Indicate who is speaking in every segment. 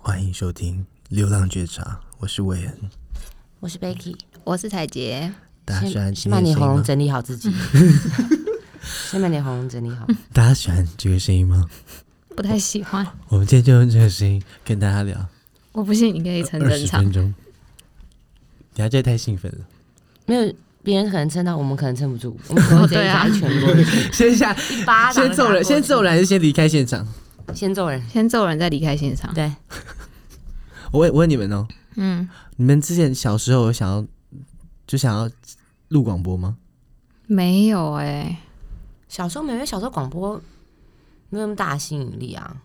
Speaker 1: 欢迎收听《流浪觉察》，我是韦恩。
Speaker 2: 我是 Becky，
Speaker 3: 我是彩杰，
Speaker 1: 大家喜欢
Speaker 2: 先
Speaker 1: 今
Speaker 2: 把
Speaker 1: 天的
Speaker 2: 你
Speaker 1: 声
Speaker 2: 喉
Speaker 1: 音
Speaker 2: 咙
Speaker 1: 吗？
Speaker 2: 整理好自己， 先把你喉咙整理好。
Speaker 1: 大家喜欢这个声音吗？
Speaker 3: 不太喜欢。
Speaker 1: 我们今天就用这个声音跟大家聊
Speaker 3: 我不信你可以撑
Speaker 1: 二
Speaker 3: 正
Speaker 1: 十
Speaker 3: 常
Speaker 1: 分，钟。等下这太兴奋了，
Speaker 2: 没有别人可能撑到，我们可能撑不住，我们可能直接
Speaker 3: 对啊
Speaker 2: 一拳过 去，
Speaker 1: 先下
Speaker 2: 一巴掌
Speaker 1: 先揍人，先揍人还是先离开现场？
Speaker 2: 先揍人。
Speaker 3: 先揍人再离开现场。
Speaker 2: 对，
Speaker 1: 我问我问你们哦，
Speaker 3: 嗯，
Speaker 1: 你们之前小时候有想要就想要录广播吗？
Speaker 3: 没有哎、
Speaker 2: 小时候没有，因为小时候广播没有那么大吸引力啊。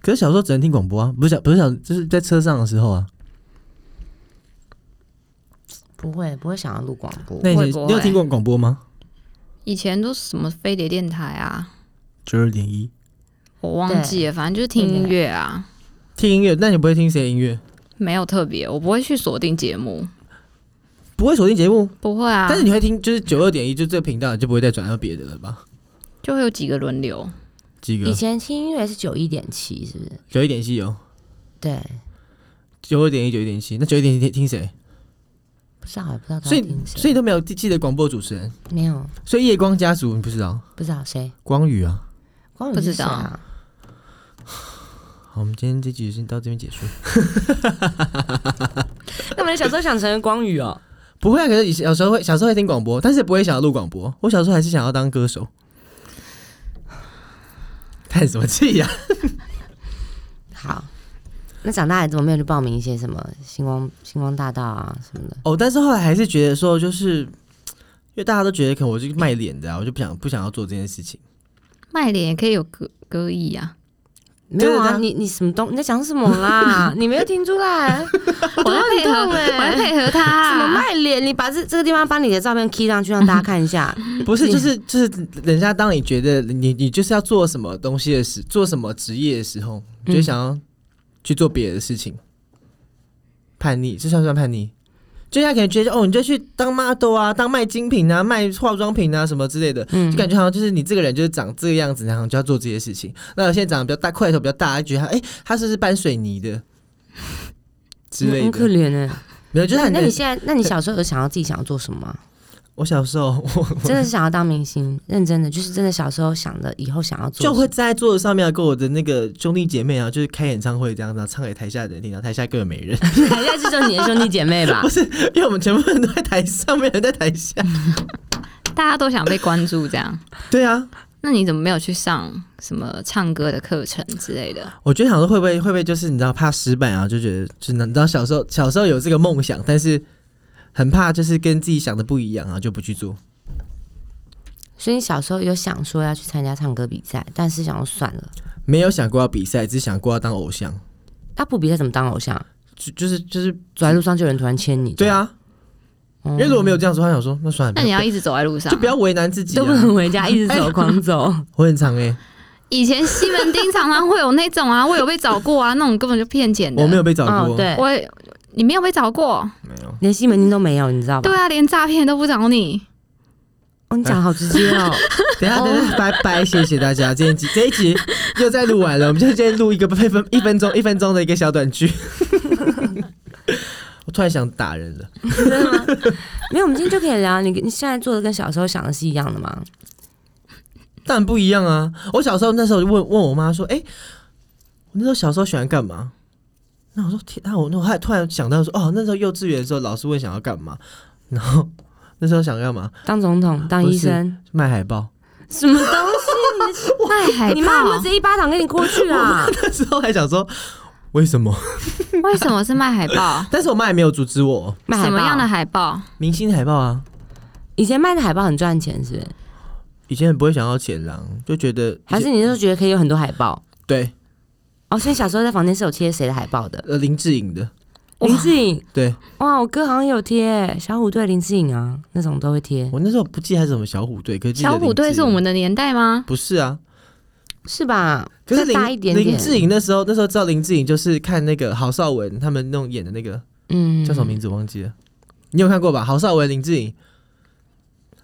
Speaker 1: 可是小时候只能听广播啊，不是小不是小，就是在车上的时候啊。
Speaker 2: 不会，不会想要录广播。欸
Speaker 1: 那你以
Speaker 3: 不
Speaker 1: 前
Speaker 3: 会
Speaker 1: 你有听过广播吗？
Speaker 3: 欸以前都什么飞碟电台啊，
Speaker 1: 九二点一
Speaker 3: 我忘记了，反正就是听音乐啊，
Speaker 1: 听音乐，那你不会听谁的音乐？
Speaker 3: 没有特别，我不会去锁定节目，
Speaker 1: 不会锁定节目，
Speaker 3: 不会啊
Speaker 1: 但，是你会听，就是九二点一，就这个频道你就不会再转到别的了吧？
Speaker 3: 就会有几个轮流。
Speaker 1: 几
Speaker 2: 以前听音乐是九一点七，是不是？
Speaker 1: 九一点七有，
Speaker 2: 对，
Speaker 1: 九二点一，九一点七，那九一点一听听谁？
Speaker 2: 不知道，也不知嗯道他
Speaker 1: 所
Speaker 2: 在
Speaker 1: 以
Speaker 2: 听谁。
Speaker 1: 所以都没有记记得广播主持人，
Speaker 2: 没有，
Speaker 1: 所以夜光家族你不知道？
Speaker 2: 不知道谁，
Speaker 1: 光宇啊，
Speaker 2: 光宇
Speaker 3: 不
Speaker 2: 是
Speaker 3: 知道
Speaker 2: 谁啊。
Speaker 1: 好，我们今天这集先到这边结束。
Speaker 2: 那么你小时候想成为光宇哦？
Speaker 1: 不会啊，可是以前小时候会小时候会听广播，但是不会想要录广播。我小时候还是想要当歌手。 叹什么气呀、
Speaker 2: 好，那长大了怎么没有去报名一些什么星光星光大道啊什么的？
Speaker 1: 哦，但是后来还是觉得说，就是因为大家都觉得可能我是卖脸的啊，我就不想不想要做这件事情。
Speaker 3: 卖脸也可以有歌歌艺啊，
Speaker 2: 没有
Speaker 1: 对
Speaker 2: 啊，
Speaker 1: 的
Speaker 2: 你你什么东？你在讲什么 啦？你没有听出来？
Speaker 1: 哦
Speaker 3: 我
Speaker 1: 啊
Speaker 3: 在配合，
Speaker 2: 动欸
Speaker 3: 我在配合他、啊
Speaker 2: 什么卖脸？你把这这个地方把你的照片 key 上去，让大家看一 下。
Speaker 1: 不是，
Speaker 2: 你
Speaker 1: 就是就是，人家当你觉得你你就是要做什么东西的时，做什么职业的时候，你
Speaker 2: 嗯
Speaker 1: 就想要去做别的事情，叛逆，这算不算叛逆？就人家可能觉得哦，你就去当 model 啊，当卖精品啊，卖化妆品啊什么之类的，
Speaker 2: 嗯
Speaker 1: 就感觉好像就是你这个人就是长这个样子，然后你就要做这些事情。那有些人长得比较大，块头比较大，就觉得他哎、他是不是搬水泥 的之类
Speaker 2: 很可
Speaker 1: 的？
Speaker 2: 怜哎。
Speaker 1: 没有，就是
Speaker 2: 那
Speaker 1: 很
Speaker 2: 那你现在，那你小时候有想要自己想要做什么吗？
Speaker 1: 我小时候我
Speaker 2: 真的是想要当明星，认真的，就是真的小时候想的，以后想要做什
Speaker 1: 就
Speaker 2: 么。
Speaker 1: 会站在桌子上面跟我的那个兄弟姐妹啊，就是开演唱会这样子、啊，唱给台下的人听，然后台下根本没人，
Speaker 2: 台下是就是你的兄弟姐妹 吧
Speaker 1: 不？是，因为我们全部人都在台上，没有人在台下。
Speaker 3: 大家都想被关注这样，
Speaker 1: 对啊，
Speaker 3: 那你怎么没有去上什么唱歌的课程之类的？
Speaker 1: 我觉得想说会不会会不会就是你知道怕失败啊，就觉得就你知道小时候小时候有这个梦想，但是很怕就是跟自己想的不一样啊，就不去做。
Speaker 2: 所以你小时候有想说要去参加唱歌比赛，但是想要算了，
Speaker 1: 没有想过要比赛，只想过要当偶像，
Speaker 2: 那不比赛怎么当偶像？
Speaker 1: 就就是就是
Speaker 2: 走在路上就有人突然牵你，
Speaker 1: 对，啊。因为如果没有这样子，我想说那算了，
Speaker 3: 那你要一直啊走在路上
Speaker 1: 就。不要为难自己、
Speaker 2: 都不
Speaker 1: 啊。
Speaker 2: 能回家，一直走，狂 走。
Speaker 1: 我很长哎、
Speaker 3: 以前西门町常常会有那种啊，我有被找过啊，那种根本就骗钱的。
Speaker 1: 我没有，被找过，
Speaker 2: 嗯，对，
Speaker 3: 我也你没有被找过？
Speaker 1: 没有。
Speaker 2: 连西门町都没有，你知道吧
Speaker 3: 对？啊，连诈骗都不找你。
Speaker 2: 哦，你讲得好直接哦。
Speaker 1: 等一下，等一下，拜拜，谢谢大家。这一集这一 集又再录完了，我们就今天录一个配分一分钟一分钟的一个小短剧。 我突然想打人了，
Speaker 2: 没有，我们今天就可以聊你你现在做的跟小时候想的是一样的吗？
Speaker 1: 但不一样啊！我小时候那时候就问问我妈说：“哎、我那时候小时候喜欢干嘛？”那我说：“天啊！”我那我还突然想到说：“哦，那时候幼稚园的时候，老师问想要干嘛，然后那时候想干嘛？
Speaker 2: 当总统，当医生，
Speaker 1: 卖海报。
Speaker 2: 什么东西？
Speaker 3: 卖海
Speaker 2: 你你妈有没
Speaker 3: 报
Speaker 2: 有直？接一巴掌给你过去啊？
Speaker 1: 那时候还想说为什么？
Speaker 3: 为什么是卖海报？
Speaker 1: 但是我妈也没有阻止我。
Speaker 2: 卖海
Speaker 3: 什么样的
Speaker 2: 报？
Speaker 3: 海报？
Speaker 1: 明星海报啊，
Speaker 2: 以前卖的海报很赚钱，是不是？
Speaker 1: 以前不会想要钱啦，就觉得
Speaker 2: 还是你那时候觉得可以有很多海报？
Speaker 1: 对，
Speaker 2: 哦，所以小时候在房间是有贴谁的海报的？
Speaker 1: 呃，林志颖的，
Speaker 2: 林志颖，
Speaker 1: 对
Speaker 2: 哇，我哥好像也有贴小虎队林志颖啊，那种都会贴，
Speaker 1: 我那时候不记得他是什么小虎队，可是记得
Speaker 3: 小虎队
Speaker 1: 林志
Speaker 3: 是
Speaker 1: 颖
Speaker 3: 我们的年代吗？
Speaker 1: 不是啊？
Speaker 2: 是吧？
Speaker 1: 可是
Speaker 2: 再
Speaker 1: 林
Speaker 2: 大一点点，
Speaker 1: 林志颖那时候那时候知道林志颖就是看那个郝邵文他们弄演的那个
Speaker 2: 嗯
Speaker 1: 叫什么名字我忘记了，你有看过吧？郝邵文、林志颖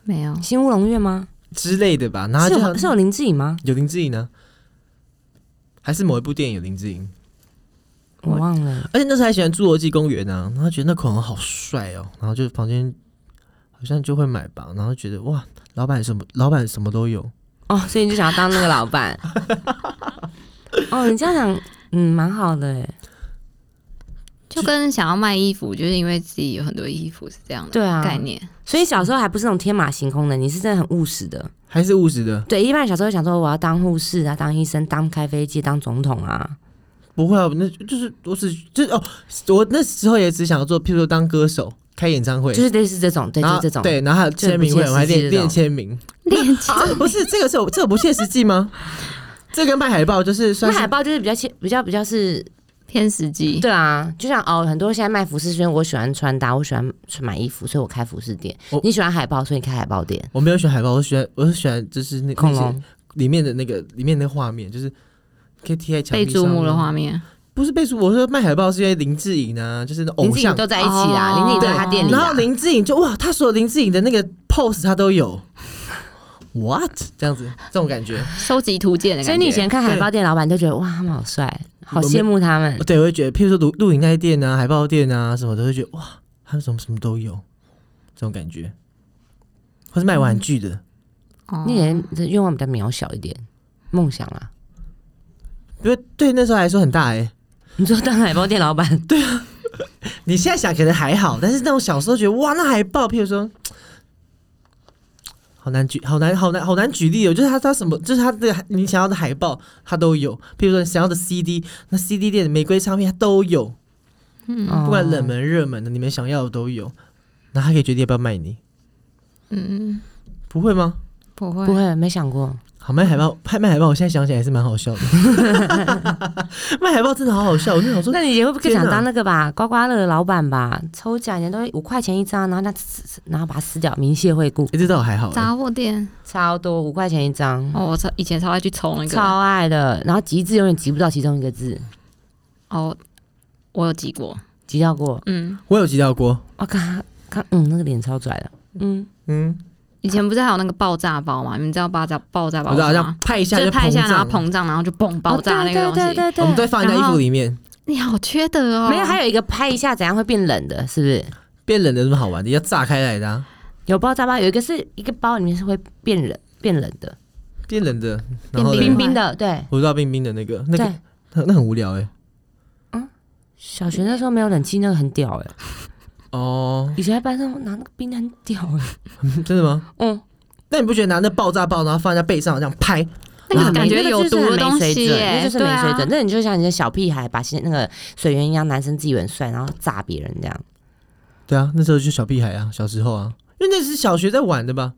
Speaker 3: 没有。
Speaker 2: 新乌龙院吗？
Speaker 1: 之类的吧？然后
Speaker 2: 是
Speaker 1: 就
Speaker 2: 有是有林志颖吗？
Speaker 1: 有林志颖呢、还是某一部电影有林志颖？
Speaker 2: 我忘了，
Speaker 1: 而且那时候还喜欢侏罗纪公园啊，然后觉得那口红好帅哦，然后就房间好像就会买吧，然后觉得哇，老板什么老板什么都有，
Speaker 2: 哦，所以你就想要当那个老 板。哦，你这样想，嗯，蛮好的哎。
Speaker 3: 就跟想要卖衣服，就是因为自己有很多衣服是这样的
Speaker 2: 对啊，
Speaker 3: 概念。
Speaker 2: 所以小时候还不是那种天马行空的，你是真的很务实的。
Speaker 1: 还是务实的。
Speaker 2: 对，一般小时候想说我要当护士啊，当医生，当开飞机，当总统啊。
Speaker 1: 不会啊，那就是我只就是哦，我那时候也只想要做，譬如说当歌手、开演唱会，
Speaker 2: 就是类似这种，对，就
Speaker 1: 然后
Speaker 2: 是这种，
Speaker 1: 对，然后还有签名会，
Speaker 2: 这
Speaker 1: 我
Speaker 2: 很不切实
Speaker 1: 还练
Speaker 2: 际这种
Speaker 1: 练签名。
Speaker 3: 练气
Speaker 1: 啊不是这个是有这个不切实际吗？这跟卖海报就是
Speaker 2: 那
Speaker 1: 算是
Speaker 2: 海报就是比较切，比较比较是，
Speaker 3: 偏实际，
Speaker 2: 对啊，就像哦，很多现在卖服饰，虽然我喜欢穿搭，我喜欢去买衣服，所以我开服饰店。
Speaker 1: 我
Speaker 2: 你喜欢海报，所以你开海报店。
Speaker 1: 我没有选海报，我喜欢我是喜欢就是那
Speaker 2: 恐
Speaker 1: 那些
Speaker 2: 龙
Speaker 1: 里面的那个里面的画面，就是可以贴在墙
Speaker 3: 被
Speaker 1: 壁上
Speaker 3: 注目的
Speaker 1: 啊
Speaker 3: 画面。
Speaker 1: 不是被说，我说卖海报是因为林志颖啊，就是那
Speaker 2: 林
Speaker 1: 偶
Speaker 2: 志颖
Speaker 1: 像。
Speaker 2: 都在一起啦，
Speaker 3: 哦
Speaker 2: 林志颖在他店里啊
Speaker 1: 然
Speaker 2: 啦
Speaker 1: 后。林志颖就哇，他所有林志颖的那个 pose 他都有，what 这样子这种感觉，
Speaker 3: 收集图鉴的感觉。
Speaker 2: 所以你以前看海报店老板都觉得哇，他们哦好帅，好羡慕他们。
Speaker 1: 对，我会觉得，譬如说录录影带店啊、海报店啊什么的，会觉得哇，他们什么什么都有，这种感觉，或是卖玩具的，
Speaker 3: 哦
Speaker 2: 那人的愿望比较渺小一点，梦想啊。
Speaker 1: 因为对那时候来说很大哎、
Speaker 2: 你说当海报店老板，
Speaker 1: 你现在想可能还好，但是那种小时候觉得哇，那海报，譬如说，好难举，好难，好难，好难举例哦。就是他他什么，就是他的你想要的海报，他都有。譬如说你想要的 CD，那 CD 店的玫瑰唱片他都有，
Speaker 2: 哦
Speaker 3: 嗯
Speaker 1: 不管冷门热门的，你们想要的都有。那他可以决定要不要卖你，
Speaker 3: 嗯，
Speaker 1: 不会吗？
Speaker 3: 不会
Speaker 2: 不会没想过，
Speaker 1: 好卖海报，拍卖海报，我现在想起来还是蛮好笑的。 卖海报真的好好笑，我就想说，
Speaker 2: 那你也会不会
Speaker 1: 天哪
Speaker 2: 想当那个 吧，刮刮乐的老板吧？抽奖人都五块钱一张，然后那然后把它撕掉，明谢惠顾，
Speaker 1: 欸、这倒还好、欸，
Speaker 3: 杂货店
Speaker 2: 超多五块钱一张，
Speaker 3: 哦，我超以前超爱去抽那个
Speaker 2: 超爱的。然后集字永远集不到其中一个字，
Speaker 3: 哦，我有集过，
Speaker 2: 集到过，
Speaker 3: 嗯，
Speaker 1: 我有提到过，
Speaker 2: 我看看，嗯，那个脸超拽的，嗯，
Speaker 1: 嗯，
Speaker 3: 以前不是还有那个爆炸包嘛？你们知道爆炸爆炸
Speaker 1: 我
Speaker 3: 包
Speaker 1: 知道，好
Speaker 3: 是
Speaker 1: 像
Speaker 3: 吗？
Speaker 1: 拍一下
Speaker 3: 啊就
Speaker 1: 就
Speaker 3: 拍一下，然后
Speaker 1: 胀
Speaker 3: 膨胀，然后就蹦爆炸
Speaker 2: 哦
Speaker 3: 那个东
Speaker 2: 对
Speaker 3: 西。
Speaker 2: 对
Speaker 1: 我们
Speaker 2: 对
Speaker 1: 都
Speaker 2: 对
Speaker 1: 会放人家衣服里面。
Speaker 3: 你好缺德哦！
Speaker 2: 没有，还有一个拍一下怎样会变冷的，是不是？
Speaker 1: 变冷的有什么好玩的？要炸开来的、啊，
Speaker 2: 有爆炸包，有一个是一个包里面是会变冷变冷的，
Speaker 1: 变冷的，然后
Speaker 3: 对
Speaker 2: 冰
Speaker 1: 呢？
Speaker 2: 冰的，对
Speaker 1: 我知道冰冰的那个，那个
Speaker 2: 对。
Speaker 1: 那那很无聊哎、
Speaker 2: 小学那时候没有冷气，那个很屌哎、
Speaker 1: 哦，
Speaker 2: 以前在班上拿那个冰的很屌哎、
Speaker 1: 真的吗？
Speaker 2: 嗯，
Speaker 1: 那你不觉得拿那爆炸爆，然后放在背上这样拍，
Speaker 3: 那
Speaker 2: 啊
Speaker 3: 个感觉
Speaker 2: 没
Speaker 3: 有毒的东西耶，
Speaker 2: 那就是
Speaker 3: 对
Speaker 2: 没水准，那就是没水
Speaker 3: 啊
Speaker 2: 准。那你就像你的小屁孩，把现那个水源一样，男生自己很帅，然后炸别人这样。
Speaker 1: 对啊，那时候就小屁孩啊，小时候啊，因为那是小学在玩的吧？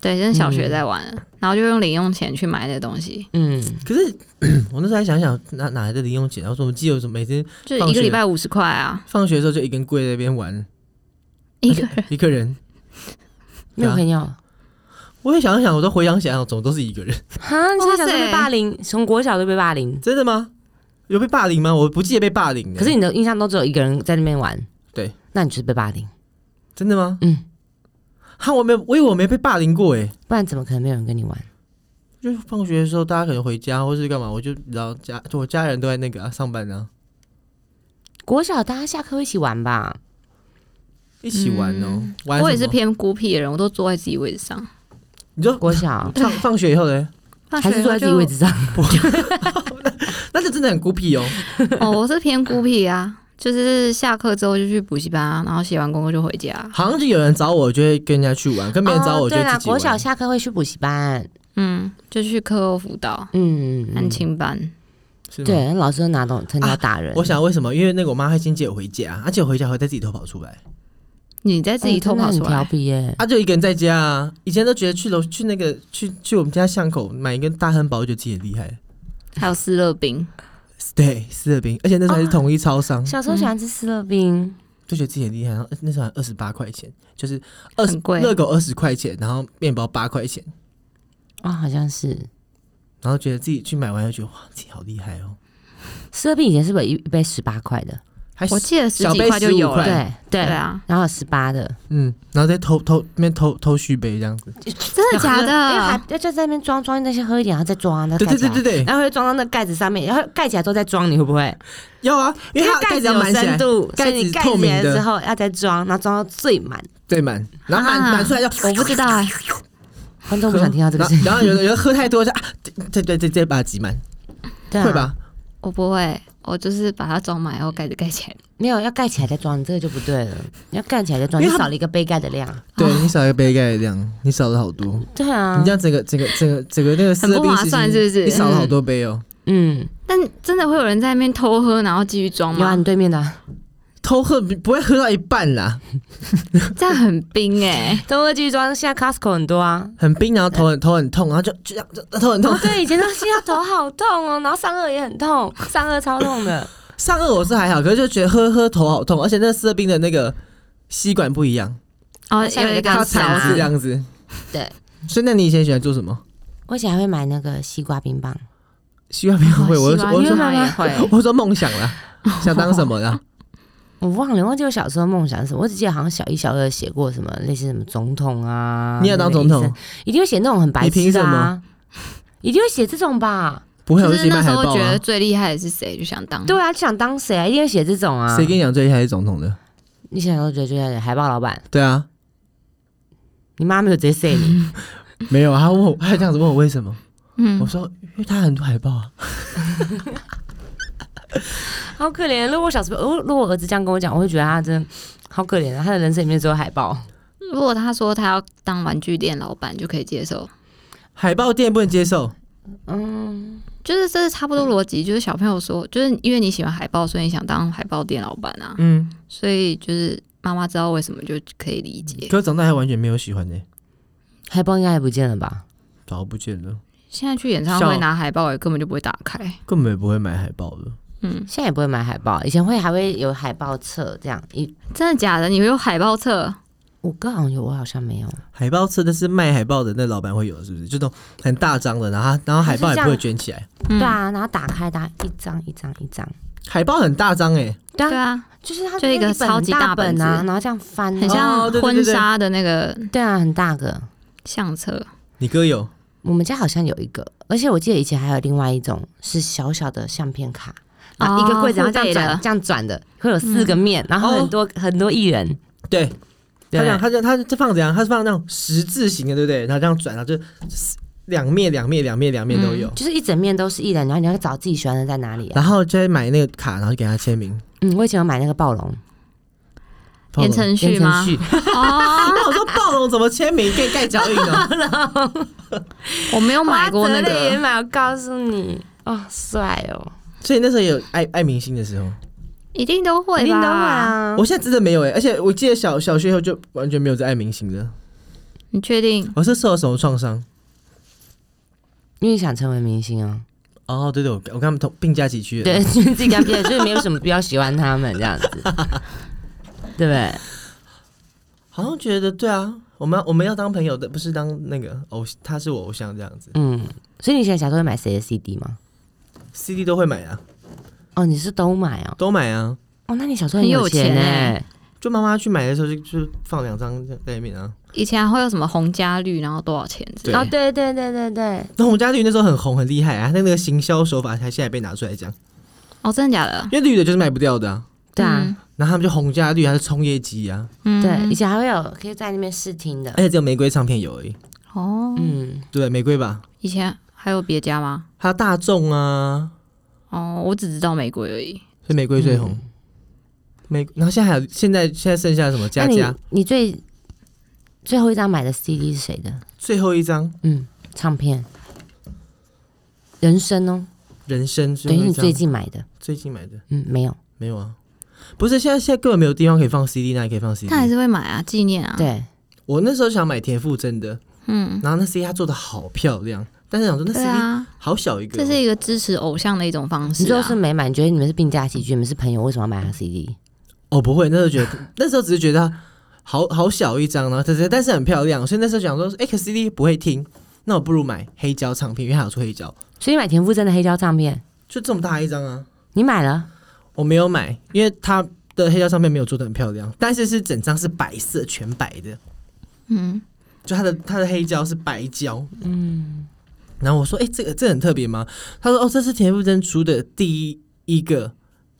Speaker 3: 对，真的小学在玩，然后就用零用钱去买那个东西，
Speaker 2: 嗯，
Speaker 1: 可是我那时候还想想，哪哪来的零用钱？然后说我们基友什么每天
Speaker 3: 就
Speaker 1: 放
Speaker 3: 一个
Speaker 1: 学
Speaker 3: 礼拜五十块啊，
Speaker 1: 放学的时候就一根跪在那边玩，
Speaker 3: 一个人。
Speaker 1: 一个人。
Speaker 2: 没有
Speaker 1: 对啊
Speaker 2: 朋友
Speaker 1: 我也想想，我都回想起来，我怎么都是一个人？
Speaker 2: 哈，你从
Speaker 3: 哇塞
Speaker 2: 小就被霸凌，从国小就被霸凌，
Speaker 1: 真的吗？有被霸凌吗？我不记得被霸凌的。欸
Speaker 2: 可是你的印象都只有一个人在那边玩。
Speaker 1: 对，
Speaker 2: 那你就是被霸凌，
Speaker 1: 真的吗？
Speaker 2: 嗯，
Speaker 1: 哈，我没有，我以为我没被霸凌过哎、
Speaker 2: 不然怎么可能没有人跟你玩？
Speaker 1: 就是放学的时候，大家可能回家或是干嘛，我就然后家就我家人都在那个、啊、上班呢、
Speaker 2: 国小大家下课会一起玩吧？
Speaker 1: 一起玩哦。
Speaker 2: 嗯
Speaker 1: 玩
Speaker 3: 我也是
Speaker 1: 偏，
Speaker 3: 偏孤僻的人，我都坐在自己位置上。
Speaker 1: 你就
Speaker 2: 国小
Speaker 1: 放放学以后嘞，
Speaker 2: 还是坐在自己位置上？
Speaker 1: 那就真的很孤僻哦。
Speaker 3: 哦，我是偏孤僻啊，就是下课之后就去补习班啊，然后写完功课就回家。
Speaker 1: 好像就有人找我，就会跟人家去玩；跟别人找我，
Speaker 2: 哦
Speaker 1: 就
Speaker 2: 对
Speaker 1: 会
Speaker 2: 啦，
Speaker 1: 自己
Speaker 2: 国小
Speaker 1: 玩。
Speaker 2: 下课会去补习班，
Speaker 3: 嗯，就去课后辅导、
Speaker 2: 嗯，嗯
Speaker 3: 安亲班。
Speaker 1: 是吗，
Speaker 2: 对，老师都拿东藤条打人。
Speaker 1: 啊我想为什么？因为那个我妈会先接我回家，而且我回家会再自己偷跑出来。
Speaker 3: 你在
Speaker 1: 哎
Speaker 3: 自己偷跑出
Speaker 2: 哦真的
Speaker 3: 来
Speaker 2: 很调，皮耶。
Speaker 1: 啊，就一个人在家啊。以前都觉得去楼去那个去去我们家巷口买一根大汉堡，就觉得自己很厉害。
Speaker 3: 还有斯乐冰，
Speaker 1: 对，四乐冰，而且那时候还是统一超商，
Speaker 2: 小时候喜欢吃斯乐冰，
Speaker 1: 就觉得自己很厉害。然后那时候二十八块钱，就是二十
Speaker 3: 很贵。
Speaker 1: 热狗二十块钱，然后面包八块钱，
Speaker 2: 啊、好像是
Speaker 1: 然后觉得自己去买完就觉得哇，自己好厉害哦。
Speaker 2: 斯乐冰以前是不是有一一杯十八块的？
Speaker 1: 还还
Speaker 3: 我记得十
Speaker 1: 小
Speaker 3: 几
Speaker 1: 杯
Speaker 3: 块就
Speaker 1: 15
Speaker 3: 有
Speaker 1: 块
Speaker 3: 了，
Speaker 2: 对对
Speaker 3: 对，啊，
Speaker 2: 然后十八的，
Speaker 1: 嗯，然后再偷偷那边偷偷续杯这样子，
Speaker 3: 真的假
Speaker 2: 因为还
Speaker 3: 的？
Speaker 2: 就就在那边装装那些喝一点，然后再装，然后
Speaker 1: 哦对
Speaker 2: 盖啊
Speaker 1: 对
Speaker 2: 起
Speaker 1: 对
Speaker 2: 来，
Speaker 1: 对对，
Speaker 2: 然后会装到那个盖子上面，然后盖起来之后再装，你会不会？
Speaker 1: 要啊，因为它
Speaker 2: 盖
Speaker 1: 盖
Speaker 2: 子
Speaker 1: 要
Speaker 2: 有
Speaker 1: 满起来
Speaker 2: 深，度，
Speaker 1: 盖
Speaker 2: 所以
Speaker 1: 子
Speaker 2: 你盖
Speaker 1: 透
Speaker 2: 起
Speaker 1: 明
Speaker 2: 来
Speaker 1: 的
Speaker 2: 之后要再装，然后装到最 满。
Speaker 1: 对满，然后满
Speaker 3: 啊
Speaker 1: 满出来就
Speaker 3: 我不知道哎，
Speaker 2: 观众不想听到这个声音，
Speaker 1: 然后然后有的有的喝太多就啊，这这这这把它挤满，
Speaker 2: 对啊
Speaker 1: 会？吧？
Speaker 3: 我不会，我就是把它装满，然后盖子盖起来。
Speaker 2: 没有，要盖起来再装，你这个就不对了。你要盖起来再装，
Speaker 1: 因
Speaker 2: 你
Speaker 1: 为它
Speaker 2: 少了一个杯盖的量。
Speaker 1: 对你少一个杯盖的量，你少了好多。
Speaker 2: 对啊，
Speaker 1: 你这样整个整个整个整个那个
Speaker 3: 很不
Speaker 1: 设定
Speaker 3: 划
Speaker 1: 其实
Speaker 3: 算是不是
Speaker 1: 你少了好多杯哦，
Speaker 2: 嗯，
Speaker 3: 但真的会有人在那边偷喝，然后继续装
Speaker 2: 有啊，
Speaker 3: 吗
Speaker 2: 你？对面的啊，
Speaker 1: 偷喝不不会喝到一半啦，
Speaker 3: 这样很冰哎、
Speaker 2: 都会继续装。现在 Costco 很多啊。
Speaker 1: 很冰，然后头很头很痛，然后就就这样就头很痛
Speaker 3: 啊
Speaker 2: 哦，。对，以前到现在头好痛哦，然后上颚也很痛，上颚超痛的。
Speaker 1: 上颚我是还好，可是就觉得喝喝头好痛，而且那色冰的那个吸管不一样，
Speaker 3: 哦，
Speaker 2: 下面
Speaker 3: 有一
Speaker 2: 刚
Speaker 1: 它
Speaker 3: 根
Speaker 2: 是
Speaker 1: 长是
Speaker 2: 啊
Speaker 3: 勺
Speaker 1: 这
Speaker 3: 子，
Speaker 1: 样子。
Speaker 2: 对，
Speaker 1: 所以那你以前喜欢做什么？
Speaker 2: 我以前还会买那个西瓜冰棒，
Speaker 1: 西瓜冰会，我
Speaker 3: 哦
Speaker 1: 就
Speaker 3: 西
Speaker 1: 说
Speaker 3: 瓜
Speaker 1: 我就
Speaker 3: 冰
Speaker 1: 说
Speaker 3: 棒也会。
Speaker 1: 我说梦想 啦，想当什么啦？
Speaker 2: 我忘了，忘记我小时候梦想是什么。我只记得好像小一、小二写过什么类似什么总统
Speaker 3: 哦
Speaker 2: 啊，
Speaker 1: 你要当总
Speaker 2: 那
Speaker 1: 统
Speaker 2: 个医生？，一定会写那种很白
Speaker 1: 你凭
Speaker 2: 痴
Speaker 1: 什
Speaker 2: 的
Speaker 1: 么
Speaker 2: 啊，一定会写这种吧？
Speaker 1: 不会，我
Speaker 3: 就
Speaker 1: 就是写
Speaker 3: 那
Speaker 1: 卖
Speaker 3: 时
Speaker 1: 海
Speaker 3: 候
Speaker 1: 报
Speaker 3: 觉得
Speaker 1: 啊。
Speaker 3: 最厉害的是谁，就想当。
Speaker 2: 对啊，想当谁啊？一定会写这种啊
Speaker 1: 谁？跟你讲最厉害是总统的？
Speaker 2: 你想都觉得就是海报老板，
Speaker 1: 对啊，
Speaker 2: 你妈没有直接塞你，
Speaker 1: 没有啊，他问我，他这样子问我为什么？
Speaker 3: 嗯
Speaker 1: 我，说因为他很多海报啊。
Speaker 2: 好可怜。如果我小时候，如如果我儿子这样跟我讲，我会觉得他真的好可怜啊，他的人生里面只有海报。
Speaker 3: 如果他说他要当玩具店老板，就可以接受。
Speaker 1: 海报店不能接受，
Speaker 2: 嗯，
Speaker 3: 就是这是差不多逻辑，就是小朋友说，就是因为你喜欢海报，所以你想当海报店老板啊，
Speaker 1: 嗯，
Speaker 3: 所以就是妈妈知道为什么就可以理解。
Speaker 2: 嗯
Speaker 1: 可是长大还完全没有喜欢呢、
Speaker 2: 海报应该也不见了吧？
Speaker 1: 早不见了，
Speaker 3: 现在去演唱会拿海报也根本就不会打开，
Speaker 1: 根本也不会买海报了。
Speaker 3: 嗯，
Speaker 2: 现在也不会买海报，以前会还会有海报册这样。一
Speaker 3: 真的假的？你有海报册？
Speaker 2: 我哥好像有，我好像没有。
Speaker 1: 海报吃的是卖海报的那老板会有的，是不是？就那种很大张的，然后他然后海报也不会卷起来，
Speaker 3: 嗯
Speaker 2: 对，啊，然后打开打一张一张一张，
Speaker 1: 海报很大张哎、
Speaker 2: 对
Speaker 3: 对
Speaker 2: 啊，
Speaker 3: 啊，
Speaker 2: 就是它
Speaker 3: 就一个
Speaker 2: 本
Speaker 3: 超级
Speaker 2: 很
Speaker 3: 大
Speaker 2: 大
Speaker 3: 本
Speaker 2: 本啊，
Speaker 3: 子
Speaker 2: 然后这样翻，
Speaker 3: 很
Speaker 1: 哦
Speaker 3: 像
Speaker 1: 对对对
Speaker 3: 婚
Speaker 1: 对
Speaker 3: 纱的那个
Speaker 2: 对啊，很大个。
Speaker 3: 相册，
Speaker 1: 你哥有
Speaker 2: 我们家好像有一个，而且我记得以前还有另外一种是小小的相片卡，
Speaker 3: 哦
Speaker 2: 然后一个柜子，然后这样
Speaker 3: 互背的嗯
Speaker 2: 转，这样转的，会有四个面，然后很多、很多艺人，
Speaker 1: 对。
Speaker 2: 对
Speaker 1: 他讲，他就他就放怎样？他是放那种十字形的，对不对？然后这样转，然后就两面、两面、两面、两面都有。
Speaker 2: 就是一整面都是艺人，然后你要找自己喜欢的在哪里、啊。
Speaker 1: 嗯然后就会买那个卡，然后给他签名。
Speaker 2: 嗯，我以前有买那个暴龙，
Speaker 1: 暴
Speaker 3: 言
Speaker 1: 龙
Speaker 3: 承旭
Speaker 2: 言承
Speaker 3: 吗？
Speaker 2: 旭
Speaker 3: 哦，
Speaker 1: 那我说暴龙怎么签名？可以盖脚印哦。
Speaker 3: 我没有买过那
Speaker 2: 花泽类也
Speaker 3: 个，
Speaker 2: 买，我告诉你，哦，帅哦，
Speaker 1: 所以那时候也有爱爱明星的时候，
Speaker 3: 一定都会吧？
Speaker 2: 一定都会。啊。
Speaker 1: 我现在真的没有哎、而且我记得小小学以后就完全没有在爱明星了。
Speaker 3: 你确定？
Speaker 1: 我是受了什么创伤？
Speaker 2: 因为想成为明星啊，
Speaker 1: 哦，对对，我跟我跟他们同并驾齐驱。
Speaker 2: 对，，就是自己家毕业，就是没有什么必要喜欢他们这 样子，对不对？
Speaker 1: 好像觉得对啊，我们我们要当朋友的，不是当那个偶，他是我偶像这样子。
Speaker 2: 嗯，所以你以前小时候会买谁的 CD 吗？
Speaker 1: CD 都会买啊，
Speaker 2: 哦，你是都买哦。
Speaker 1: 都买啊。
Speaker 2: 哦，那你小时候
Speaker 3: 很有
Speaker 2: 有
Speaker 3: 钱
Speaker 2: 呢、
Speaker 3: 欸
Speaker 1: 就妈妈去买的时候就就放两张在在里面啊。
Speaker 3: 以前还会有什么红加绿，然后多少钱之类
Speaker 1: 对
Speaker 2: 哦，
Speaker 3: 的？
Speaker 2: 对对对对对，
Speaker 1: 那洪家绿那时候很红很厉害啊，那那个行销手法，他现在被拿出来讲，
Speaker 3: 哦，真的假的？
Speaker 1: 因为绿的就是卖不掉的啊。
Speaker 2: 对啊，
Speaker 1: 然后他们就洪家绿还是冲业绩啊，
Speaker 3: 嗯，嗯
Speaker 2: 对，以前还会有可以在那边试听的
Speaker 1: 而。且只有玫瑰唱片有而已，
Speaker 3: 哦，
Speaker 2: 嗯，
Speaker 1: 对玫瑰吧？
Speaker 3: 以前还有别家吗？
Speaker 1: 还有大众啊，
Speaker 3: 哦，我只知道玫瑰而已。
Speaker 1: 所以玫瑰最红。玫，然后现在还有现在现在剩下什么佳
Speaker 2: 那你
Speaker 1: 佳
Speaker 2: 你最最后一张买的 CD 是谁的？
Speaker 1: 最后一张
Speaker 2: 嗯，唱片。人生哦，
Speaker 1: 人生最
Speaker 2: 等于
Speaker 1: 后一
Speaker 2: 你
Speaker 1: 张
Speaker 2: 最近买的，
Speaker 1: 最近买的
Speaker 2: 嗯，没有，
Speaker 1: 没有啊？不是，现在现在根本没有地方可以放 CD，那也可以放 CD
Speaker 3: 但。还是会买啊，纪念啊。，
Speaker 2: 嗯对，
Speaker 1: 我那时候想买田馥甄的，
Speaker 3: 嗯，
Speaker 1: 然后那 CD 它做的好漂亮，但是想说那
Speaker 3: 对
Speaker 1: CD
Speaker 3: 啊，
Speaker 1: 好小一个
Speaker 3: 这
Speaker 1: 哦，
Speaker 3: 是一个支持偶像的一种方
Speaker 2: 你
Speaker 3: 式
Speaker 2: 最
Speaker 3: 啊。
Speaker 2: 后是没买，你觉得你们是并驾齐驱，你们是朋友，为什么要买他 CD？
Speaker 1: 哦不会，那时候觉得 那时候只是觉得它好好小一张，然后但是但是很漂亮，所以那时候想说，哎、可 CD 不会听，那我不如买黑胶唱片，因为它有出黑胶，
Speaker 2: 所以你买田馥甄的黑胶唱片，
Speaker 1: 就这么大一张啊，
Speaker 2: 你买了？
Speaker 1: 我没有买，因为它的黑胶唱片没有做的很漂亮，但是是整张是白色全白的，
Speaker 3: 嗯，
Speaker 1: 就它的它的黑胶是白胶。
Speaker 2: 嗯，
Speaker 1: 然后我说：“哎、这个这很特别吗？”他说：“哦，这是田馥甄出的第一个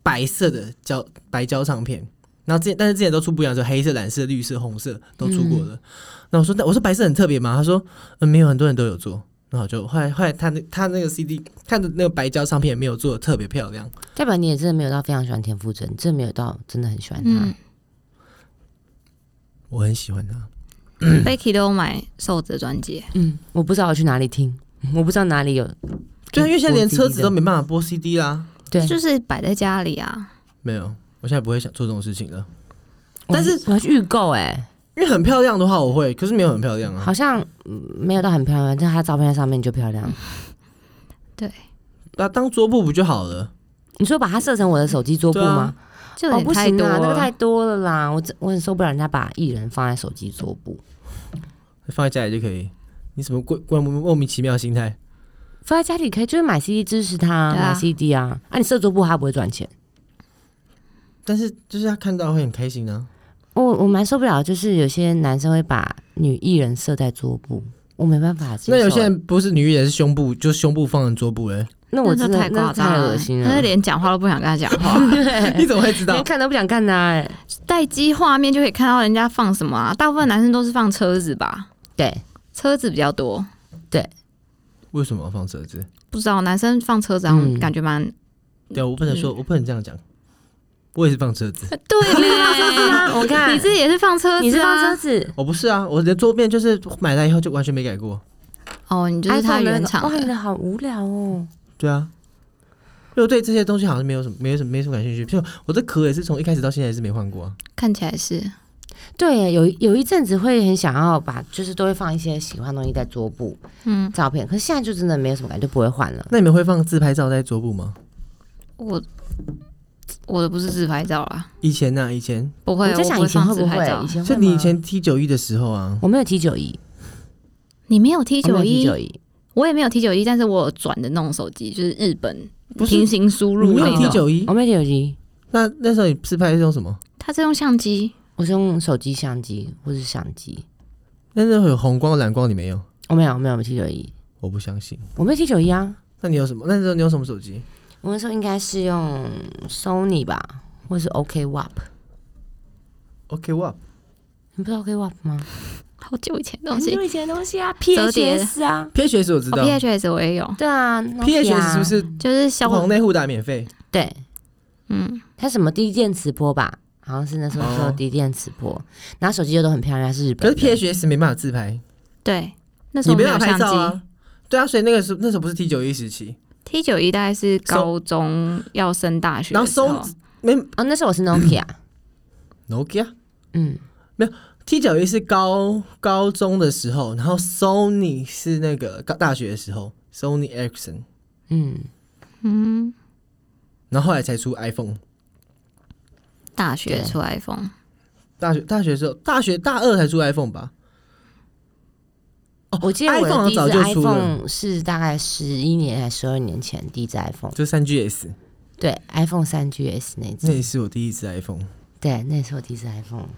Speaker 1: 白色的胶白胶唱片。”然后之前，但是之前都出不一样，就黑色、蓝色、绿色、红色都出过了。那、我说：“那我说白色很特别吗？”他说：“嗯，没有，很多人都有做。”然后我就后来后来他那他那个 CD 他的那个白胶唱片也没有做的特别漂亮，
Speaker 2: 代表你也真的没有到非常喜欢田馥甄，真的没有到真的很喜欢他。
Speaker 3: 嗯
Speaker 1: 我很喜欢它。
Speaker 3: ，Becky 都有买瘦子的专辑，
Speaker 2: 嗯，我不知道我去哪里听，我不知道哪里有。
Speaker 1: 对，因为现在连
Speaker 2: 播 CD
Speaker 1: 车子都没办法播 CD 啦。
Speaker 2: 对，
Speaker 3: 就是摆在家里啊。
Speaker 1: 没有，我现在不会想做这种事情了。
Speaker 2: 我
Speaker 1: 但是
Speaker 2: 我要去预购哎，
Speaker 1: 因为很漂亮的话，我会，可是没有很漂亮啊。
Speaker 2: 好像嗯没有到很漂亮，但她照片在上面就漂亮。
Speaker 1: 那当桌布不就好了？
Speaker 2: 你说把它设成我的手机桌布吗？
Speaker 3: 就啊有
Speaker 2: 哦，
Speaker 3: 点
Speaker 2: 不
Speaker 3: 太
Speaker 2: 行
Speaker 3: 多
Speaker 2: 啦，那个
Speaker 3: 了
Speaker 2: 太多了啦，我真我很受不了人家把艺人放在手机桌布，
Speaker 1: 放在家里就可以。你什么怪怪莫莫名其妙的心态？
Speaker 2: 放在家里可以，就是买 CD 支持他，
Speaker 3: 对啊
Speaker 2: 买 CD 啊，啊你设桌布他不会赚钱，
Speaker 1: 但是就是他看到会很开心啊。
Speaker 2: 我我蛮受不了，就是有些男生会把女艺人设在桌布，我没办法接受。
Speaker 1: 那有些人不是女艺人，是胸部，就胸部放在桌布 哎、
Speaker 2: 那我
Speaker 3: 那
Speaker 2: 真
Speaker 3: 就
Speaker 2: 的
Speaker 3: 太夸张
Speaker 2: 那太
Speaker 3: 了
Speaker 2: 恶，心
Speaker 3: 那
Speaker 2: 了，
Speaker 3: 是连讲话都不想跟他讲话，
Speaker 1: 你怎么会知
Speaker 2: 连
Speaker 1: 道？
Speaker 2: 看都不想看他、哎，
Speaker 3: 待机画面就可以看到人家放什么啊。大部分男生都是放车子吧，
Speaker 2: 对，
Speaker 3: 车子比较多，
Speaker 1: 为什么要放车子？
Speaker 3: 不知道男生放车子好像
Speaker 2: 嗯
Speaker 3: 感觉蛮
Speaker 1: 对啊，我不能说，我不能这样讲。我也是放车子，
Speaker 3: 对
Speaker 2: 是
Speaker 3: 嘞。
Speaker 2: 啊，我呃看
Speaker 3: 你自己也是放车子、啊，
Speaker 2: 你是放车子，
Speaker 1: 我不是啊，我的桌面就是买来以后就完全没改过。
Speaker 3: 哦，你就是他
Speaker 2: iPhone 的那
Speaker 3: 原
Speaker 2: 个哦
Speaker 3: 厂
Speaker 2: 哇，你
Speaker 3: 的，
Speaker 2: 的好无聊哦，
Speaker 1: 对啊，因为我对这些东西好像没有什么，没有什么，没什么感兴趣。就我的壳也是从一开始到现在也是没换过、啊。
Speaker 3: 看起来是
Speaker 2: 对，有有一阵子会很想要把，就是都会放一些喜欢的东西在桌布
Speaker 3: 嗯，
Speaker 2: 照片，可是现在就真的没有什么感觉，就不会换了。
Speaker 1: 那你们会放自拍照在桌布吗？
Speaker 3: 我我的不是自拍照啦，
Speaker 1: 以前呢、啊，以前
Speaker 3: 不会，
Speaker 2: 我在想以前
Speaker 3: 我
Speaker 2: 会
Speaker 3: 会
Speaker 2: 不
Speaker 3: 放自
Speaker 2: 会
Speaker 3: 拍？照
Speaker 2: 以。前会
Speaker 1: 就你
Speaker 2: 吗
Speaker 1: 以前 T 九一的时候啊，
Speaker 2: 我没有 T 九一，
Speaker 3: 你没有 T
Speaker 2: 哦我没有
Speaker 3: 九
Speaker 2: T
Speaker 3: 一
Speaker 1: 哦
Speaker 2: 九，一，
Speaker 3: 我也没有 T 九一，但是我有转的那种手机，就是日本
Speaker 1: 不是
Speaker 3: 平行输
Speaker 1: 你
Speaker 3: 入
Speaker 1: 没
Speaker 3: 那
Speaker 1: 有 T
Speaker 3: 种，
Speaker 1: 九一
Speaker 2: 我，哦没有 T 九一，
Speaker 1: 那那时候你自拍是用什么？
Speaker 3: 它是用相机，
Speaker 2: 我是用手机相机或是相机，
Speaker 1: 那那会有红光、蓝光，你没有？
Speaker 2: 我没有，我没有 T 九一，
Speaker 1: 我不相信。
Speaker 2: 我没有 T 九一啊，
Speaker 1: 那你有什么？那时候你有什么手机？
Speaker 2: 我那时候应该是用 Sony 吧，或是 OK WAP，
Speaker 1: OK，哇，
Speaker 2: 你不知道 OK WAP 吗？
Speaker 3: 好久以前的东
Speaker 2: 很
Speaker 1: 嗯
Speaker 3: 西。
Speaker 2: 久以哦前的东西啊
Speaker 3: 折叠的
Speaker 2: ，PHS 啊，
Speaker 1: PHS 我知
Speaker 3: 哦
Speaker 1: 道、
Speaker 3: ，PHS 我也有，
Speaker 2: 对啊
Speaker 1: PHS 是不
Speaker 2: 是？
Speaker 1: 是
Speaker 3: 就是小
Speaker 1: 黄内互打免费？
Speaker 2: 对，
Speaker 3: 嗯，
Speaker 2: 它什么低电磁波吧，好像是那时候说
Speaker 1: 哦
Speaker 2: 低电磁波，然后手机又都很漂亮，它是日
Speaker 1: 可
Speaker 2: 本
Speaker 1: 是
Speaker 2: 的。
Speaker 1: PHS 没办法自拍，
Speaker 3: 对，那时
Speaker 1: 你
Speaker 3: 候
Speaker 1: 没
Speaker 3: 没
Speaker 1: 办
Speaker 3: 有
Speaker 1: 法拍
Speaker 3: 相
Speaker 1: 照
Speaker 3: 机
Speaker 1: 啊。对啊，所以那个时候那时候不是 T 九一时期，
Speaker 3: ，T 九一大概是高中要升大学
Speaker 1: 然
Speaker 3: 的
Speaker 1: 后
Speaker 3: 时候，
Speaker 1: 搜没
Speaker 2: 哦，那时候我是 Nokia，
Speaker 1: Nokia。
Speaker 2: 嗯，
Speaker 1: T 九一是高高中的时候，然后 Sony 是那个高大学的时候，Sony Ericsson，
Speaker 2: 嗯，
Speaker 3: 嗯，
Speaker 1: 然后后来才出 iPhone。
Speaker 3: 大学
Speaker 2: 对
Speaker 3: 出 iPhone，
Speaker 1: 大学大学的时候，大学大二才出 iPhone 吧？
Speaker 2: 我记得我
Speaker 1: iPhone
Speaker 2: 的第一
Speaker 1: 早
Speaker 2: 只
Speaker 1: 就出了
Speaker 2: iPhone 是大概十一年还是十二年前第一只 iPhone，
Speaker 1: 就三 GS，
Speaker 2: 对，iPhone 三 GS 那
Speaker 1: 那
Speaker 2: 只，
Speaker 1: 也是我第一次 iPhone，
Speaker 2: 对，那是我第一只 iPhone，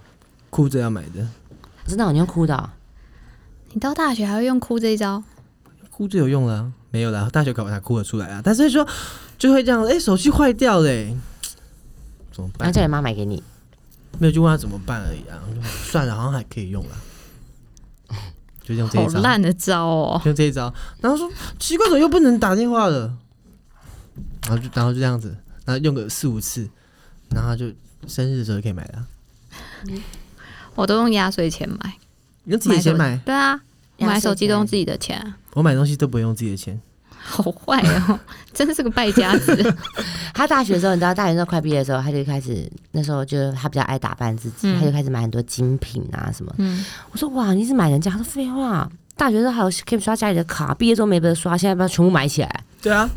Speaker 1: 哭着要买的。
Speaker 2: 真的，你用哭的哦、
Speaker 3: 你到大学还会用哭这一招？
Speaker 1: 哭就有用啦，没有啦，大学考才哭得出来啊。但是说就会这样，哎、手机坏掉嘞、怎么
Speaker 2: 然
Speaker 1: 办
Speaker 2: 后？叫你妈买给你，
Speaker 1: 没有就问他怎么办而已啊。我就算了，好像还可以用啦，就用这
Speaker 3: 好
Speaker 1: 一招，
Speaker 3: 烂的招哦！
Speaker 1: 就这一招。然后说奇怪，怎么又不能打电话了？然后就然后就这样子，然后用个四五次，然后他就生日的时候就可以买了。
Speaker 3: 我都用压岁钱买，
Speaker 1: 你用自己的钱买
Speaker 3: 手，对啊，
Speaker 2: 压岁钱
Speaker 3: 买手机都用自己的钱啊，
Speaker 1: 我买东西都不会用自己的钱。
Speaker 3: 好坏哦， 真是个败家子。
Speaker 2: 他大学的时候，你知道，大学时候快毕业的时候，他就开始那时候就他比较爱打扮自己，
Speaker 3: 嗯
Speaker 2: 他就开始买很多精品啊什么。
Speaker 3: 嗯，
Speaker 2: 我说哇，你一直买人家？他说废话，大学的时候还有可以刷家里的卡，毕业之后没得刷，现在把它全部买起来，
Speaker 1: 对啊，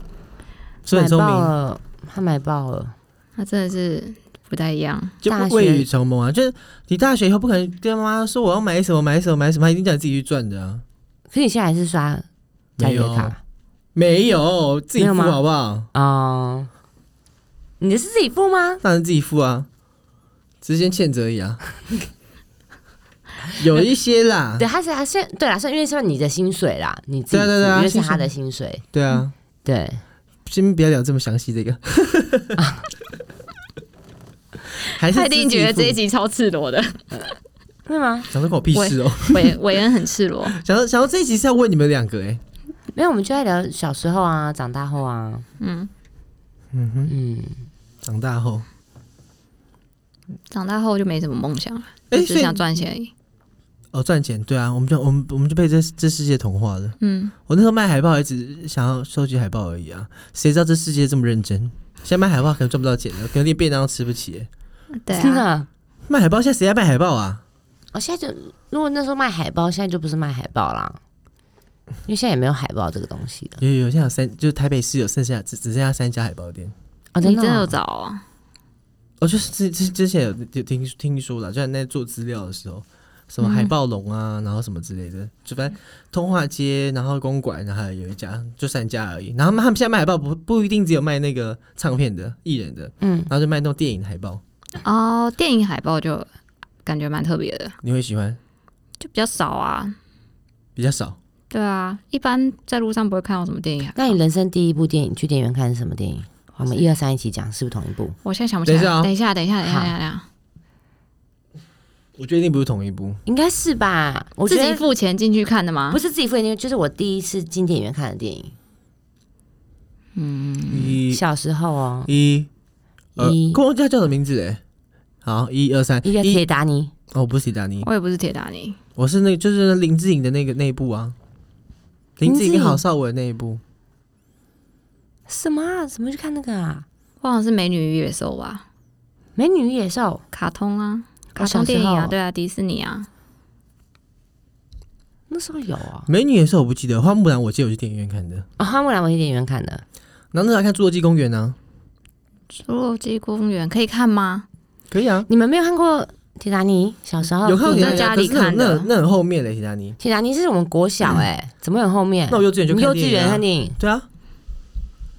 Speaker 1: 所以很
Speaker 2: 买
Speaker 1: 聪
Speaker 2: 爆
Speaker 1: 明，
Speaker 2: 了，他买爆了。
Speaker 3: 那真的是不太一样。
Speaker 1: 就
Speaker 2: 大学
Speaker 1: 未雨绸缪啊。就是你大学以后不可能跟妈妈说我要买什么买什么买什么，她一定叫你自己去赚的啊。
Speaker 2: 可是你现在还是刷家
Speaker 1: 没
Speaker 2: 里的
Speaker 1: 有，
Speaker 2: 卡
Speaker 1: 没有，自己
Speaker 2: 没有
Speaker 1: 付
Speaker 2: 吗
Speaker 1: 好不好？
Speaker 2: 哦、你的是自己付吗？
Speaker 1: 当然自己付啊，只是先欠着而已啊。有一些啦，
Speaker 2: 对，他是他现对啦，是因为是你的薪水啦，你自己付，
Speaker 1: 对啊对啊对啊
Speaker 2: 因为是
Speaker 1: 薪水
Speaker 2: 他的薪水，
Speaker 1: 对啊，
Speaker 2: 对，
Speaker 1: 先不要聊这么详细这个。 还是
Speaker 3: 他一定觉得这一
Speaker 1: 集
Speaker 3: 集超赤裸的，
Speaker 2: 是吗？
Speaker 1: 想说关我屁事哦、
Speaker 3: 韦韦恩很赤裸。
Speaker 1: 想说想说这一集是要问你们两个哎、
Speaker 2: 没有，我们就在聊小时候啊，长大后啊，
Speaker 3: 嗯，
Speaker 1: 嗯哼，
Speaker 2: 嗯，
Speaker 1: 长大后，
Speaker 3: 长大后就没什么梦想了，
Speaker 1: 哎、
Speaker 3: 就只
Speaker 1: 所以
Speaker 3: 想赚钱而已。
Speaker 1: 哦赚钱，对啊，我们就我们我们就被这这世界同化了。
Speaker 3: 嗯，
Speaker 1: 我那时候卖海报也只想要收集海报而已啊，谁知道这世界这么认真？现在卖海报可能赚不到钱了，可能连便当都吃不起欸、
Speaker 3: 对
Speaker 2: 真
Speaker 3: 啊，
Speaker 2: 的。
Speaker 1: 卖海报现在谁在卖海报啊？
Speaker 2: 我、哦现在就如果那时候卖海报，现在就不是卖海报啦，因为现在也没有海报这个东西了。
Speaker 1: 有有有，现在有三，就是台北市有剩下只只剩下三家海报店。
Speaker 2: 哦，
Speaker 3: 你
Speaker 2: 的
Speaker 3: 真
Speaker 2: 哦、
Speaker 3: 的有找啊？
Speaker 1: 哦，就是之之之前有有听听说了，就在那做资料的时候，什么海报龙啊，然后什么之类的，就反正通化街，然后公馆，然后还有一家，就三家而已。然后他们他们现在卖海报不不一定只有卖那个唱片的艺人的，
Speaker 2: 嗯，
Speaker 1: 然后就卖那种电影的海报，
Speaker 3: 哦，电影海报就感觉蛮特别的，
Speaker 1: 你会喜欢？
Speaker 3: 就比较少啊。
Speaker 1: 比较少。
Speaker 3: 对啊，一般在路上不会看到什么电影海报。
Speaker 2: 那你人生第一部电影去电影院看是什么电影？我们一二三一起讲，是不是同一啊部？
Speaker 3: 我现在想不起来。
Speaker 1: 等
Speaker 3: 等一下，等一下，等一下，
Speaker 2: 好
Speaker 3: 等一下，
Speaker 1: 我觉得一定不是同一部。
Speaker 2: 应该是吧？我
Speaker 3: 自
Speaker 2: 觉
Speaker 3: 己
Speaker 2: 得
Speaker 3: 付钱进去看的吗
Speaker 2: 不？是自己付的，就是我第一次进电影院看的电影。
Speaker 1: 一、
Speaker 2: 小时候哦，
Speaker 1: 一、呃，
Speaker 2: 一
Speaker 1: 我忘记他叫什么名字哎。好，一二三，
Speaker 2: 一个铁达尼，
Speaker 1: 哦，不是铁达尼，
Speaker 3: 我也不是铁达尼，
Speaker 1: 我是那个就是林志颖的那个那一部啊，林志颖跟郝邵文那一部，
Speaker 2: 什么啊？怎么去看那个啊？
Speaker 3: 我好像是美女与野兽吧，
Speaker 2: 美女与野兽，
Speaker 3: 卡通啊，卡
Speaker 2: 小
Speaker 3: 通
Speaker 2: 时
Speaker 3: 电影
Speaker 2: 候
Speaker 3: 啊，对啊，迪士尼啊，
Speaker 2: 那时候有哦。
Speaker 1: 美女也是我不记得，花木兰我记得我去电影院看的，
Speaker 2: 啊，花木兰我去电影院看的，
Speaker 1: 然后那时候还看侏罗纪公园啊呢、
Speaker 3: 侏罗纪公园可以看吗？
Speaker 1: 可以啊，
Speaker 2: 你们没有看过《铁达尼》？小时候
Speaker 1: 有看过
Speaker 3: 你
Speaker 1: 铁
Speaker 3: 在
Speaker 1: 达尼啊
Speaker 3: 家里
Speaker 1: 可是那
Speaker 3: 看的
Speaker 1: 那那很后面嘞，铁达尼，
Speaker 2: 铁达尼》是我们国小哎、怎么有后面？
Speaker 1: 嗯那我幼稚园就
Speaker 2: 你
Speaker 1: 看
Speaker 2: 幼
Speaker 1: 电
Speaker 2: 稚
Speaker 1: 影、
Speaker 2: 园看
Speaker 1: 啊，
Speaker 2: 电影，
Speaker 1: 对啊，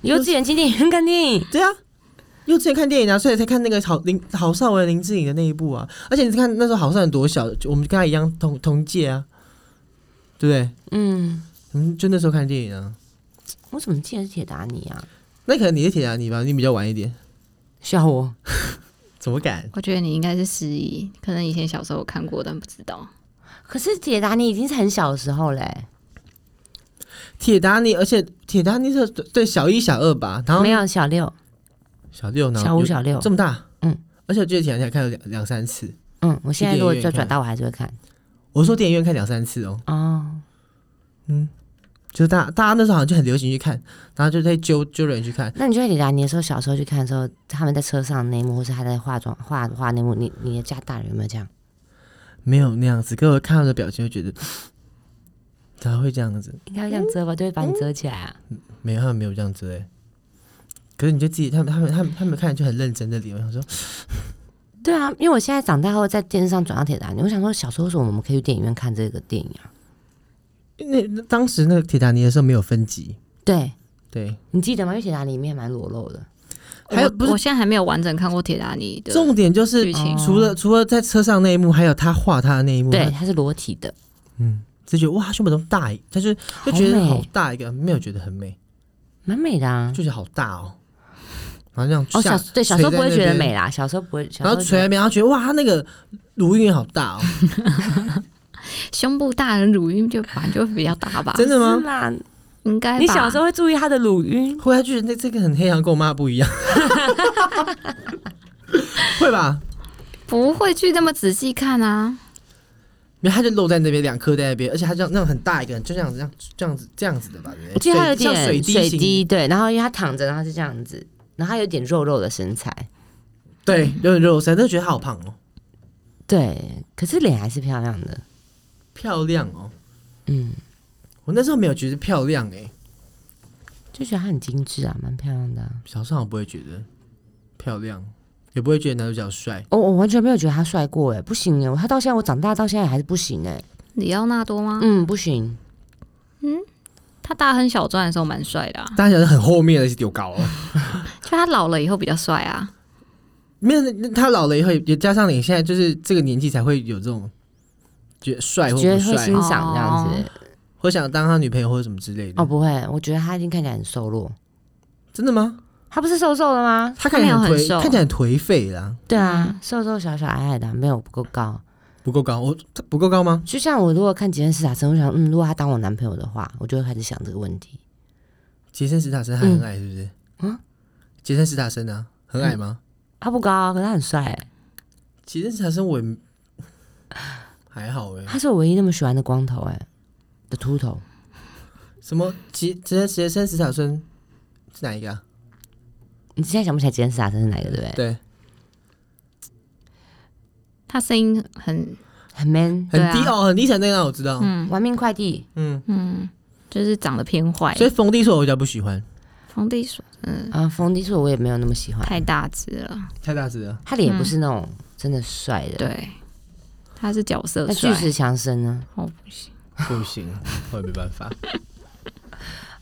Speaker 2: 幼稚园进电影院看电影，
Speaker 1: 对啊。幼稚园看电影啊，所以才看那个郝林郝邵文、林志颖的那一部啊。而且你看那时候郝邵文多小，就我们跟他一样同同届啊，对不对？
Speaker 2: 嗯，
Speaker 1: 嗯，就那时候看电影啊。
Speaker 2: 我怎么记得是铁达尼啊？
Speaker 1: 那可能你是铁达尼吧，你比较晚一点，
Speaker 2: 笑我，
Speaker 1: 怎么敢？
Speaker 3: 我觉得你应该是失忆，可能以前小时候有看过，但不知道。
Speaker 2: 可是铁达尼已经是很小的时候嘞、
Speaker 1: 铁达尼，而且铁达尼是对小一、小二吧，然后
Speaker 2: 没有小六、
Speaker 1: 小六呢？
Speaker 2: 小五、
Speaker 1: 有
Speaker 2: 小六
Speaker 1: 这，么大，
Speaker 2: 嗯，
Speaker 1: 而且我记得铁达尼还看了两两三次。
Speaker 2: 嗯，我现在如果
Speaker 1: 去电影院
Speaker 2: 就转
Speaker 1: 看
Speaker 2: 到我还是会看
Speaker 1: 我说电影院看两三次哦，嗯
Speaker 2: 哦。
Speaker 1: 就是大大家那时候好像就很流行去看，然后就在揪揪人去看。
Speaker 2: 那你觉得铁达尼的时候，小时候去看的时候，他们在车上那一幕，或是他在化妆画画那一幕，你你的家大人有没有这样？
Speaker 1: 没有那样子，可我看他们的表情就觉得， 咋会这样子？
Speaker 2: 应该会这样遮吧，就会把你遮起来啊。
Speaker 1: 没有，他们没有这样子哎、可是你就自己，他们他们他们他们看着就很认真的脸，我想说，
Speaker 2: 对啊，因为我现在长大后在电视上转到铁达尼，我想说小时候为什么我们可以去电影院看这个电影啊？
Speaker 1: 那那当时那个铁达尼的时候没有分级，
Speaker 2: 对，
Speaker 1: 对，
Speaker 2: 你记得吗？因为铁达尼里面蛮裸露的，
Speaker 1: 还有
Speaker 3: 我
Speaker 1: 不是
Speaker 3: 我现在还没有完整看过铁达尼的
Speaker 1: 重点就是
Speaker 3: 剧情，
Speaker 1: 除了除了在车上那一幕，还有他画他的那一幕，
Speaker 2: 对，
Speaker 1: 他
Speaker 2: 它是裸体的，
Speaker 1: 就觉得哇，他胸部这么大，他就就觉得
Speaker 2: 好美
Speaker 1: 好大一个，没有觉得很美，
Speaker 2: 蛮美的啊。
Speaker 1: 就觉得好大哦，然后这样
Speaker 2: 哦，
Speaker 1: 下
Speaker 2: 小对小时候不会觉得，
Speaker 1: 垂在那边
Speaker 2: 美啦，小时候不会，小
Speaker 1: 然后
Speaker 2: 时候
Speaker 1: 垂
Speaker 2: 觉
Speaker 1: 在
Speaker 2: 得
Speaker 1: 那边，然后觉得哇，他那个乳晕好大哦，
Speaker 3: 胸部大人乳晕就反正就比较大吧，
Speaker 1: 真的
Speaker 2: 是
Speaker 1: 吗？
Speaker 2: 啦，
Speaker 3: 应该吧
Speaker 2: 你小时候会注意它的乳晕，
Speaker 1: 后来就觉得那这个很黑羊跟我妈不一 样，会吧？
Speaker 3: 不会去那么仔细看啊。
Speaker 1: 没有，他就露在那边，两颗在那边，而且他这样那种很大一个，就这样子，这样这样子这样子的吧，对不对
Speaker 2: 我记得它有
Speaker 1: 像
Speaker 2: 点
Speaker 1: 水滴
Speaker 2: 水
Speaker 1: 形
Speaker 2: 滴，对，然后因为它躺着，然后是这样子，然后它有点肉肉的身材，
Speaker 1: 对，有点肉身，但是觉得他好胖哦，
Speaker 2: 对，可是脸还是漂亮的，
Speaker 1: 漂亮哦，
Speaker 2: 嗯，
Speaker 1: 我那时候没有觉得漂亮哎、
Speaker 2: 就觉得它很精致啊，蛮漂亮的啊、
Speaker 1: 小时候我不会觉得漂亮，也不会觉得男主角帅。
Speaker 2: 哦我、我完全没有觉得他帅过哎，不行哎，他到现在我长大到现在还是不行哎，
Speaker 3: 里奥纳多吗？
Speaker 2: 嗯，不行，
Speaker 3: 他大亨小传的时候蛮帅的、啊，
Speaker 1: 大家想得很后面的有高哦，
Speaker 3: 就他老了以后比较帅啊。
Speaker 1: 没有，那他老了以后，也加上你现在就是这个年纪才会有这种觉得帅或
Speaker 2: 觉
Speaker 1: 不
Speaker 2: 得会
Speaker 1: 帅
Speaker 2: 欣，赏这样子。
Speaker 1: 或想当他女朋友或者什么之类的。
Speaker 2: 哦，不会，我觉得他已经看起来很瘦弱。
Speaker 1: 真的吗？
Speaker 2: 他不是瘦瘦的吗？
Speaker 1: 他看起来
Speaker 3: 他没有很
Speaker 1: 颓，
Speaker 3: 瘦
Speaker 1: 看起来很颓废啦，
Speaker 2: 对啊，瘦瘦小小矮矮的，啊没有不够高。
Speaker 1: 不够高。我他不够高吗？
Speaker 2: 就像我如果看《极限斯塔森》，我想，嗯，如果他当我男朋友的话，我就会开始想这个问题。
Speaker 1: 杰森·斯塔森还很矮，是不是？
Speaker 2: 嗯
Speaker 1: 嗯，杰森·斯塔森啊，很矮吗？
Speaker 2: 他不高啊，可是他很帅、欸，
Speaker 1: 杰森·斯塔森我也还好哎、
Speaker 2: 他是我唯一那么喜欢的光头、欸，哎，的秃头。
Speaker 1: 什么杰杰杰森·斯塔森是哪一个啊？
Speaker 2: 你现在想不起来《极限斯塔森》是哪一个，对不对？
Speaker 1: 对，
Speaker 3: 他声音很
Speaker 2: 很 man，
Speaker 1: 很
Speaker 3: 对啊
Speaker 1: 低、哦，很低沉那个我知道。
Speaker 3: 嗯
Speaker 2: 玩命快递。
Speaker 1: 嗯，
Speaker 3: 嗯，就是长得偏坏。
Speaker 1: 所以冯迪说我比较不喜欢，
Speaker 3: 冯地所嗯
Speaker 2: 啊，冯迪硕我也没有那么喜欢，
Speaker 3: 太大只了，
Speaker 1: 太大只了。
Speaker 2: 他脸也不是那种真的帅的。
Speaker 3: 对，他是角色
Speaker 2: 那
Speaker 3: 帅
Speaker 2: 巨，石强森呢？
Speaker 3: 哦不行
Speaker 1: 不行，我也没办法。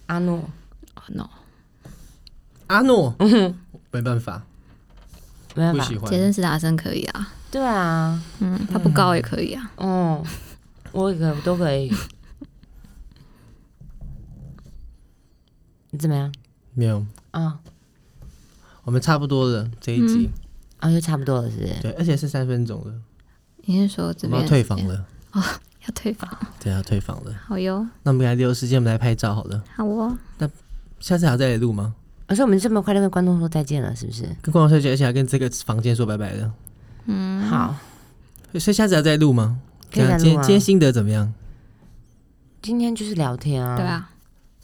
Speaker 2: 阿诺，
Speaker 3: 哦，no，
Speaker 1: 阿诺， 没办法，
Speaker 2: 没办
Speaker 1: 不
Speaker 2: 法
Speaker 1: 喜。欢
Speaker 3: 杰。森斯达森可以啊，
Speaker 2: 对啊，
Speaker 3: 嗯，他不高也可以啊，
Speaker 2: 哦，我也可我都可以。 你怎么样？
Speaker 1: 没有，
Speaker 2: 啊
Speaker 1: 我们差不多了这一集，
Speaker 2: 啊，就差不多了，是不是？
Speaker 1: 对，而且是三分钟了，
Speaker 3: 你是说
Speaker 1: 我
Speaker 3: 这
Speaker 1: 们
Speaker 3: 边
Speaker 1: 要退房了，
Speaker 3: 要退房？
Speaker 1: 对，要退房了。
Speaker 3: 好哟，
Speaker 1: 那我们来留时间，我们来拍照好了。
Speaker 3: 好哦，
Speaker 1: 下次还要再来录吗？
Speaker 2: 而且我们这么快就跟观众说再见了，是不是？
Speaker 1: 跟观众说再见，而且还跟这个房间说拜拜了。
Speaker 3: 嗯，
Speaker 2: 好，
Speaker 1: 所以下次还要再录吗？
Speaker 2: 可以再录啊
Speaker 1: 今天今天心得怎么样？
Speaker 2: 今天就是聊天啊。
Speaker 3: 对。啊，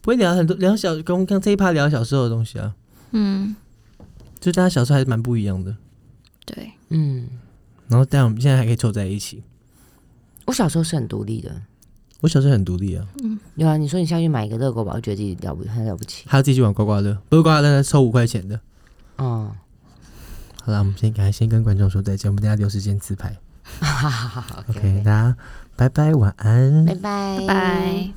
Speaker 1: 不会聊很多，聊小跟刚这一趴聊小时候的东西啊，
Speaker 3: 嗯，
Speaker 1: 就大家小时候还是蛮不一样的。
Speaker 3: 对，
Speaker 2: 嗯，
Speaker 1: 然后，但我们现在还可以凑在一起。
Speaker 2: 我小时候是很独立的。
Speaker 1: 我小时候很独立啊，
Speaker 2: 有啊，你说你下去买一个热狗吧，我觉得自己了不很了不起。
Speaker 1: 还要自己去玩刮刮乐，不是刮刮乐，抽五块钱的。
Speaker 2: 哦，
Speaker 1: 好了，我们先赶快先跟观众说再见，我们等一下留时间自拍。
Speaker 2: 好好好好
Speaker 1: OK，大家拜拜，晚安。
Speaker 2: 拜拜
Speaker 3: 拜拜。